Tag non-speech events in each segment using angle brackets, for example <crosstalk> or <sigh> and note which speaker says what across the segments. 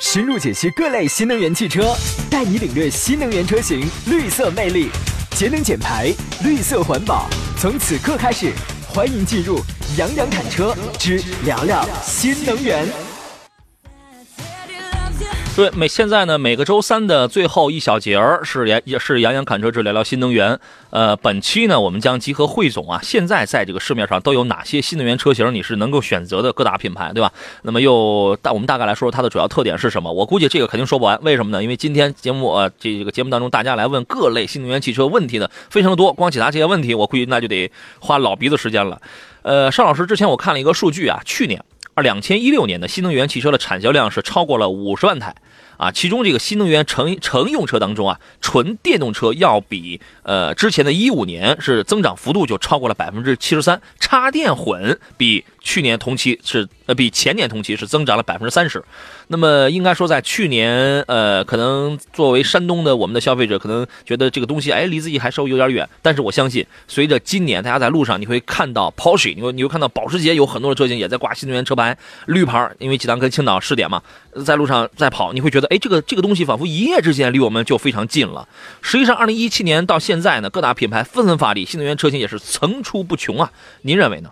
Speaker 1: 深入解析各类新能源汽车，带你领略新能源车型绿色魅力，节能减排，绿色环保。从此刻开始，欢迎进入《杨洋侃车之聊聊新能源》。
Speaker 2: 对，每现在呢，每个周三的最后一小节儿是杨也是杨洋侃车志聊聊新能源。呃，本期呢，我们将集合汇总啊，现在在这个市面上都有哪些新能源车型你是能够选择的各大品牌，对吧？那么又大，我们大概来说说它的主要特点是什么？我估计这个肯定说不完，为什么呢？因为今天节目呃这个节目当中，大家来问各类新能源汽车问题的非常的多，光解答这些问题，我估计那就得花老鼻子时间了。呃，尚老师之前我看了一个数据啊，去年。二两千一六年的新能源汽车的产销量是超过了五十万台，啊，其中这个新能源乘乘用车当中啊，纯电动车要比呃之前的一五年是增长幅度就超过了百分之七十三，插电混比去年同期是呃比前年同期是增长了百分之三十，那么应该说在去年呃可能作为山东的我们的消费者可能觉得这个东西哎离自己还稍微有点远，但是我相信随着今年大家在路上你会看到 Porsche，你会你会看到保时捷有很多的车型也在挂新能源车牌绿牌，因为济南跟青岛试点嘛，在路上在跑，你会觉得哎这个这个东西仿佛一夜之间离我们就非常近了。实际上，二零一七年到现在呢，各大品牌纷纷发力，新能源车型也是层出不穷啊。您认为呢？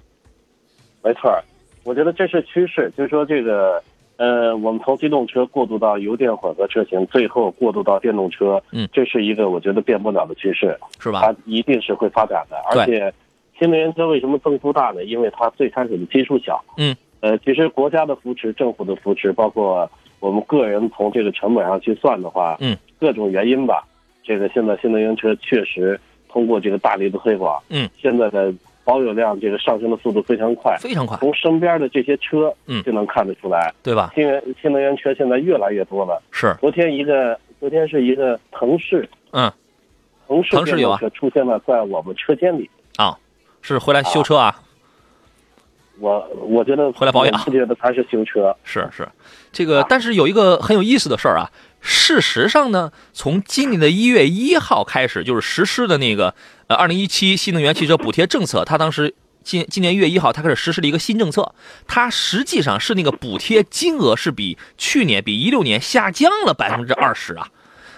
Speaker 3: 没错儿，我觉得这是趋势，就是说这个，呃，我们从机动车过渡到油电混合车型，最后过渡到电动车，
Speaker 2: 嗯
Speaker 3: 这是一个我觉得变不了的趋势，
Speaker 2: 是吧？
Speaker 3: 它一定是会发展的。
Speaker 2: 对
Speaker 3: 而且，新能源车为什么增幅大呢？因为它最开始的基数小，
Speaker 2: 嗯，
Speaker 3: 呃，其实国家的扶持、政府的扶持，包括我们个人从这个成本上去算的话，
Speaker 2: 嗯，
Speaker 3: 各种原因吧，这个现在新能源车确实通过这个大力的推广，
Speaker 2: 嗯，
Speaker 3: 现在的保有量这个上升的速度非常快。
Speaker 2: 非常快，
Speaker 3: 从身边的这些车，
Speaker 2: 嗯
Speaker 3: 就能看得出来，
Speaker 2: 对吧？
Speaker 3: 新能新能源车现在越来越多了。
Speaker 2: 是，
Speaker 3: 昨天一个，昨天是一个腾势，
Speaker 2: 嗯，
Speaker 3: 腾势
Speaker 2: 腾势有啊
Speaker 3: 电动车出现了在我们车间里，
Speaker 2: 是回来修车啊，
Speaker 3: 我我觉得
Speaker 2: 回来保养
Speaker 3: 我不觉得它是修车，
Speaker 2: 是是，这个但是有一个很有意思的事儿啊。事实上呢，从今年的一月一号开始，就是实施的那个呃二零一七新能源汽车补贴政策，它当时今今年一月一号，它开始实施了一个新政策，它实际上是那个补贴金额是比去年比一六年下降了百分之二十啊。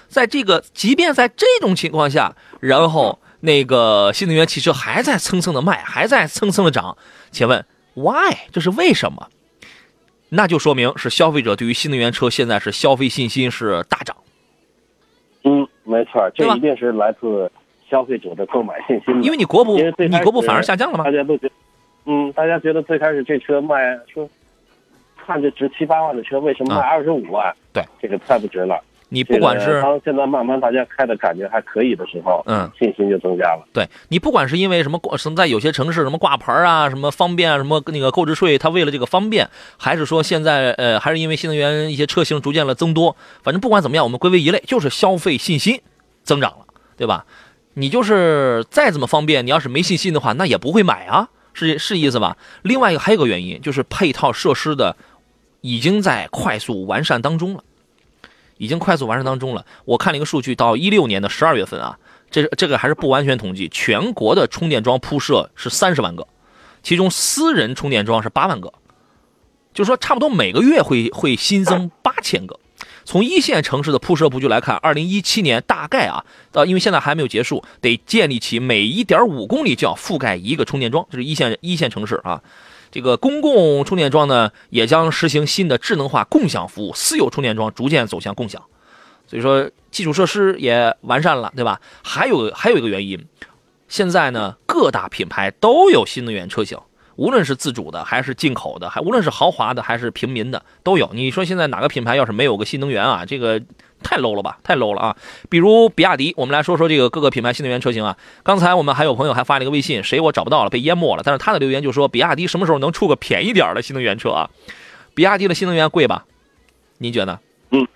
Speaker 2: 在这个，即便在这种情况下，然后那个新能源汽车还在蹭蹭的卖，还在蹭蹭的涨，请问 why？这是为什么？那就说明是消费者对于新能源车现在是消费信心是大涨，
Speaker 3: 嗯，没错儿，这
Speaker 2: 对吧
Speaker 3: 一定是来自消费者的购买信心的，
Speaker 2: 因为你国补
Speaker 3: 因为最开
Speaker 2: 你
Speaker 3: 始
Speaker 2: 国补反而下降了吗
Speaker 3: 大？家都觉得，嗯，大家觉得最开始这车卖说，看着值七八万的车，为什么卖
Speaker 2: 啊
Speaker 3: 二十五万？
Speaker 2: 对，
Speaker 3: 这个太不值了。
Speaker 2: 你不管
Speaker 3: 这个
Speaker 2: 是
Speaker 3: 当现在慢慢大家开的感觉还可以的时候，
Speaker 2: 嗯，
Speaker 3: 信心就增加
Speaker 2: <laughs>
Speaker 3: 了。
Speaker 2: 对你不管是因为什么挂，什么在有些城市什么挂牌啊，什么方便啊，什么那个购置税，它为了这个方便，还是说现在呃，还是因为新能源一些车型逐渐了增多，反正不管怎么样，我们归为一类，就是消费信心增长了，对吧？你就是再怎么方便，你要是没信心的话，那也不会买啊，是是意思吧？另外一个还有一个原因就是配套设施的已经在快速完善当中了，已经快速完善当中了。我看了一个数据，到一六年的十二月份啊，这这个还是不完全统计，全国的充电桩铺设是三十万个，其中私人充电桩是八万个，就是说差不多每个月会会新增八千个。从一线城市的铺设布局来看，二零一七年大概啊，呃，因为现在还没有结束，得建立起每一点五公里就要覆盖一个充电桩，这是一线一线城市啊。这个公共充电桩呢，也将实行新的智能化共享服务，私有充电桩逐渐走向共享。所以说基础设施也完善了，对吧？还有还有一个原因，现在呢各大品牌都有新能源车型，无论是自主的还是进口的，还无论是豪华的还是平民的都有。你说现在哪个品牌要是没有个新能源啊，这个太 low 了吧，太 low 了啊！比如比亚迪，我们来说说这个各个品牌新能源车型啊。刚才我们还有朋友还发了一个微信，谁我找不到了，被淹没了。但是他的留言就说，比亚迪什么时候能出个便宜点儿的新能源车啊？比亚迪的新能源贵吧？您觉得？
Speaker 3: 嗯，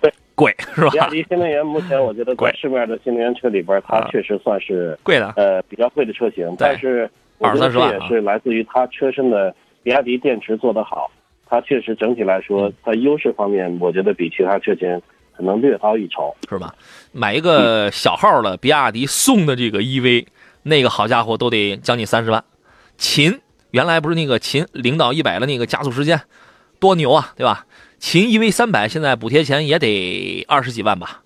Speaker 3: 对，
Speaker 2: 贵是吧？
Speaker 3: 比亚迪新能源目前我觉得
Speaker 2: 贵
Speaker 3: 在市面的新能源车里边，它
Speaker 2: 啊
Speaker 3: 确实算是
Speaker 2: 贵啊的，
Speaker 3: 呃比较贵的车型，但是我觉得
Speaker 2: 20-30
Speaker 3: 这
Speaker 2: 万啊
Speaker 3: 也是来自于它车身的比亚迪电池做得好，它确实整体来
Speaker 2: 嗯
Speaker 3: 说它优势方面，我觉得比其他车型可能略高一筹。
Speaker 2: 是吧？买一个小号的比亚迪送的这个 E EV，那个好家伙都得将近三十万。秦原来不是那个秦零到一百的那个加速时间多牛啊，对吧？秦 EV 三百现在补贴前也得二十几万吧，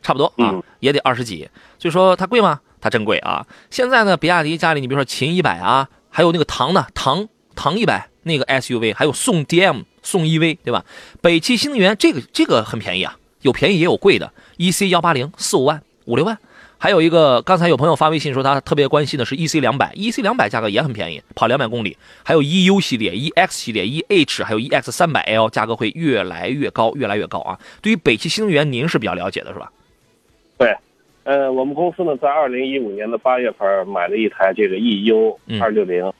Speaker 2: 差不多啊
Speaker 3: 嗯，
Speaker 2: 也得二十几。所以说它贵吗？它真贵啊！现在呢，比亚迪家里你比如说秦一百啊，还有那个唐呢，唐唐一百那个 SUV，还有宋 DM、宋 EV，对吧？北汽新能源这个这个很便宜啊，有便宜也有贵的，EC 幺八零四五万五六万。还有一个，刚才有朋友发微信说他特别关心的是 EC 两百，EC 两百价格也很便宜，跑两百公里。还有 EU 系列、EX 系列、EH，还有 EX 三百 L，价格会越来越高，越来越高啊！对于北汽新能源，您是比较了解的是吧？
Speaker 3: 对，呃，我们公司呢，在二零一五年的八月份买了一台这个 EU
Speaker 2: 嗯
Speaker 3: 二六零，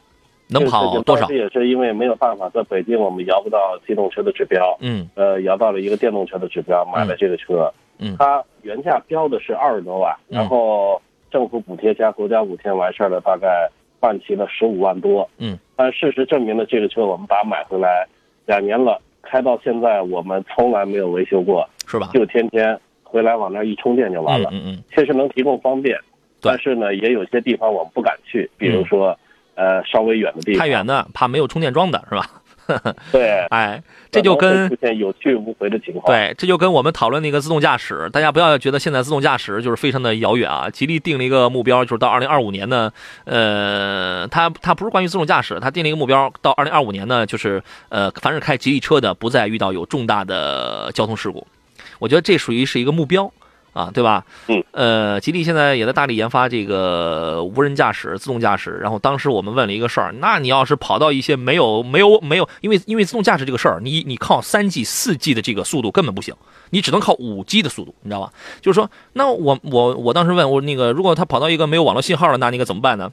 Speaker 2: 能跑多少
Speaker 3: 这？也是因为没有办法，在北京我们摇不到机动车的指标，
Speaker 2: 嗯
Speaker 3: 呃，摇到了一个电动车的指标，买了这个车。
Speaker 2: 嗯
Speaker 3: 它原价标的是二十多万，
Speaker 2: 嗯
Speaker 3: 然后政府补贴加国家补贴完事儿了，大概办齐了十五万多。
Speaker 2: 嗯，
Speaker 3: 但事实证明呢，这个车我们把它买回来两年了，开到现在我们从来没有维修过，
Speaker 2: 是吧？
Speaker 3: 就天天回来往那儿一充电就完
Speaker 2: 嗯
Speaker 3: 了。
Speaker 2: 啊嗯嗯，
Speaker 3: 确实能提供方便，
Speaker 2: 对嗯
Speaker 3: 但是呢，也有些地方我们不敢去，比如说，呃，稍微远的地方，
Speaker 2: 太远的怕没有充电桩的是吧？
Speaker 3: 对，
Speaker 2: 哎，这就
Speaker 3: 可能
Speaker 2: 跟
Speaker 3: 会出现有去无回的情况。，
Speaker 2: 对，这就跟我们讨论那个自动驾驶，大家不要觉得现在自动驾驶就是非常的遥远啊。吉利定了一个目标，就是到二零二五年呢，呃，它它不是关于自动驾驶，它定了一个目标，到二零二五年呢，就是呃，凡是开吉利车的，不再遇到有重大的交通事故。我觉得这属于是一个目标啊，对吧？
Speaker 3: 嗯。
Speaker 2: 呃，吉利现在也在大力研发这个无人驾驶、自动驾驶。然后当时我们问了一个事儿，那你要是跑到一些没有、没有、没有，因为因为自动驾驶这个事儿，你你靠三 G、四 G 的这个速度根本不行，你只能靠五 G 的速度，你知道吧？就是说，那我我我当时问我那个，如果他跑到一个没有网络信号的那那个怎么办呢？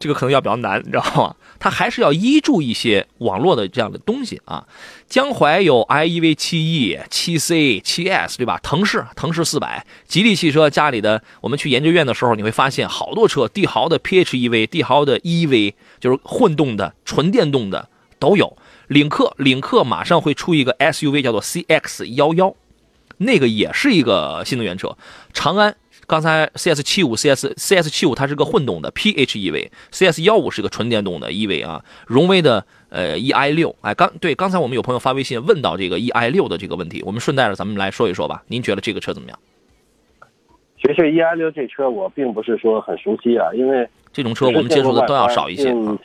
Speaker 2: 这个可能要比较难，你知道吗？ <laughs> 它还是要依注一些网络的这样的东西啊。江淮有 IEV 七 E、七 C、七 S，对吧？腾势、腾势四百，吉利汽车家里的，我们去研究院的时候，你会发现好多车，帝豪的 PHEV、帝豪的 EV，就是混动的、纯电动的都有。领克，领克马上会出一个 SUV，叫做 CX 幺幺，那个也是一个新能源车。长安刚才 CS 七五 CS CS 七五它是个混动的 E PHEV，CS 幺五是个纯电动的 EV 啊，荣威的呃 EI 六，哎，刚对刚才我们有朋友发微信问到这个 EI 六的这个问题，我们顺带着咱们来说一说吧，您觉得这个车怎么样？
Speaker 3: 其实 E I 六这车我并不是说很熟悉啊，因为
Speaker 2: 这种车我们接触的都要少一些啊
Speaker 3: 嗯，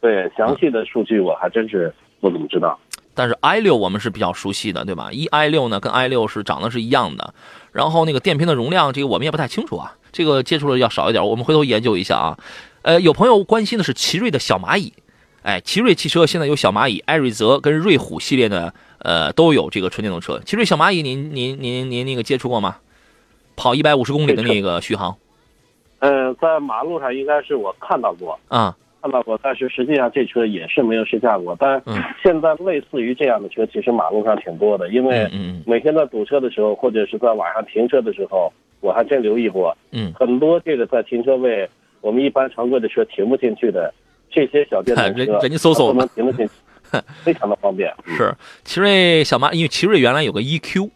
Speaker 3: 对，详细的数据我还真是不怎么知道。
Speaker 2: 但是 i 六我们是比较熟悉的，对吧？一 i 六呢跟 i 六是长得是一样的，然后那个电瓶的容量这个我们也不太清楚啊，这个接触的要少一点，我们回头研究一下啊。呃，有朋友关心的是奇瑞的小蚂蚁，哎，奇瑞汽车现在有小蚂蚁、艾瑞泽跟瑞虎系列呢，呃，都有这个纯电动车。奇瑞小蚂蚁您，您您您您那个接触过吗？跑一百五十公里的那个续航
Speaker 3: 呃，在马路上应该是我看到过，
Speaker 2: 啊、
Speaker 3: 看到过，但是实际上这车也是没有试驾过。但
Speaker 2: 嗯
Speaker 3: 现在类似于这样的车，其实马路上挺多的，因为
Speaker 2: 嗯嗯
Speaker 3: 每天在堵车的时候，或者是在晚上停车的时候，我还真留意过，
Speaker 2: 嗯
Speaker 3: 很多这个在停车位，我们一般常规的车停不进去的，这些小电动车，
Speaker 2: 人人家搜索
Speaker 3: 它都能停得
Speaker 2: <laughs>
Speaker 3: 进去，非常的方便。
Speaker 2: 嗯，是奇瑞小蚂，因为奇瑞原来有个 EQ，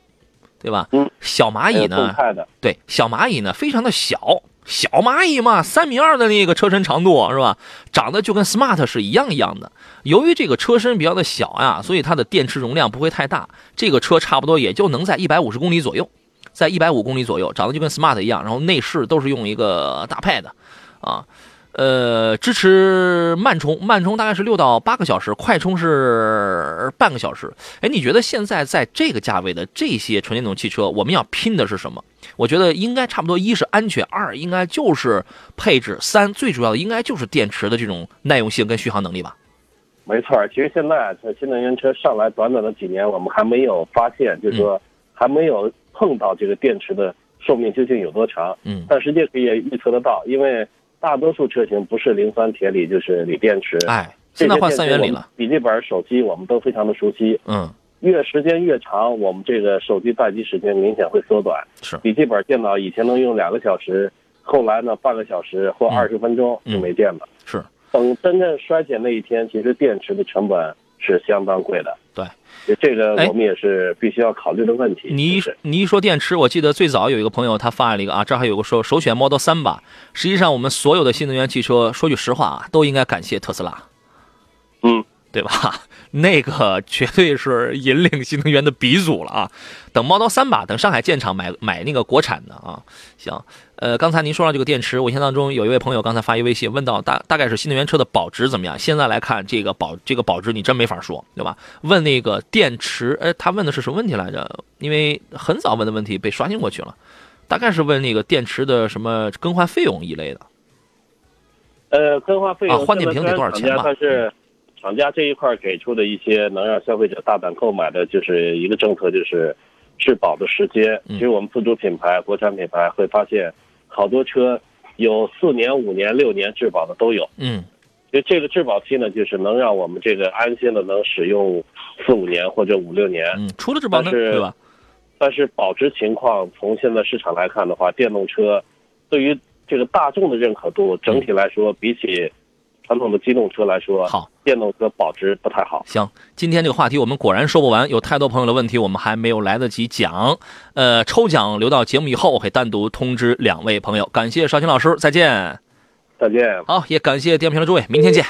Speaker 2: 对吧？
Speaker 3: 嗯
Speaker 2: 小蚂
Speaker 3: 还有
Speaker 2: 蚁呢
Speaker 3: 动？态的，
Speaker 2: 对，小蚂蚁呢非常的小，小蚂蚁嘛，三米二的那个车身长度啊是吧？长得就跟 Smart 是一样一样的。由于这个车身比较的小啊，所以它的电池容量不会太大，这个车差不多也就能在一百五十公里左右，在一百五公里左右，长得就跟 Smart 一样，然后内饰都是用一个大 pad 啊。呃，支持慢充，慢充大概是六到八个小时，快充是半个小时。哎，你觉得现在在这个价位的这些纯电动汽车，我们要拼的是什么？我觉得应该差不多，一是安全，二应该就是配置，三最主要的应该就是电池的这种耐用性跟续航能力吧。
Speaker 3: 没错儿。其实现在这新能源车上来短短的几年，我们还没有发现，就
Speaker 2: 嗯
Speaker 3: 是说还没有碰到这个电池的寿命究竟有多长。
Speaker 2: 嗯，
Speaker 3: 但实际可以预测得到，因为大多数车型不是磷酸铁锂就是锂电池。
Speaker 2: 哎，
Speaker 3: 这
Speaker 2: 现在
Speaker 3: 些
Speaker 2: 换
Speaker 3: 电
Speaker 2: 三
Speaker 3: 池
Speaker 2: 元
Speaker 3: 我
Speaker 2: 锂
Speaker 3: 们
Speaker 2: 了。
Speaker 3: 笔记本、手机我们都非常的熟悉。
Speaker 2: 嗯，
Speaker 3: 越时间越长，我们这个手机待机时间明显会缩短。
Speaker 2: 是
Speaker 3: 笔记本电脑以前能用两个小时，后来呢半个小时或
Speaker 2: 嗯
Speaker 3: 二十分钟就没电了。
Speaker 2: 是
Speaker 3: 等真正衰减那一天，其实电池的成本是相当贵的。
Speaker 2: 对，
Speaker 3: 这个
Speaker 2: 哎
Speaker 3: 我们也是必须要考虑的问题。
Speaker 2: 你一
Speaker 3: 就是
Speaker 2: 你一说电池，我记得最早有一个朋友他发了一个啊，这儿还有个说首选 Model 三吧。实际上，我们所有的新能源汽车，说句实话啊，都应该感谢特斯拉。
Speaker 3: 嗯，
Speaker 2: 对吧？ <laughs> 那个绝对是引领新能源的鼻祖了啊！等猫到三吧，等上海建厂买买那个国产的啊。行，呃，刚才您说到这个电池，我印象当中有一位朋友刚才发一微信问到大大概是新能源车的保值怎么样？现在来看这个保这个保值你真没法说，对吧？问那个电池，哎，他问的是什么问题来着？因为很早问的问题被刷新过去了，大概是问那个电池的什么更换费用一类的。
Speaker 3: 呃，更换费用
Speaker 2: 啊换电瓶得多少钱吧
Speaker 3: 现在但是厂家这一块给出的一些能让消费者大胆购买的，就是一个政策，就是质保的时间。
Speaker 2: 嗯
Speaker 3: 其实我们自主品牌、国产品牌会发现，好多车有四年、五年、六年质保的都有。
Speaker 2: 嗯
Speaker 3: 所以这个质保期呢，就是能让我们这个安心的能使用四五年或者五六年。
Speaker 2: 嗯，除了质保呢，
Speaker 3: 但是
Speaker 2: 对吧？
Speaker 3: 但是保值情况，从现在市场来看的话，电动车对于这个大众的认可度，整体来说，比起传统的机动车来说，
Speaker 2: 好，
Speaker 3: 电动车保值不太好。
Speaker 2: 行，今天这个话题我们果然说不完，有太多朋友的问题我们还没有来得及讲。呃，抽奖留到节目以后，我会单独通知两位朋友。感谢邵青老师，再见。
Speaker 3: 再见。
Speaker 2: 好，也感谢电瓶的诸位，明天见。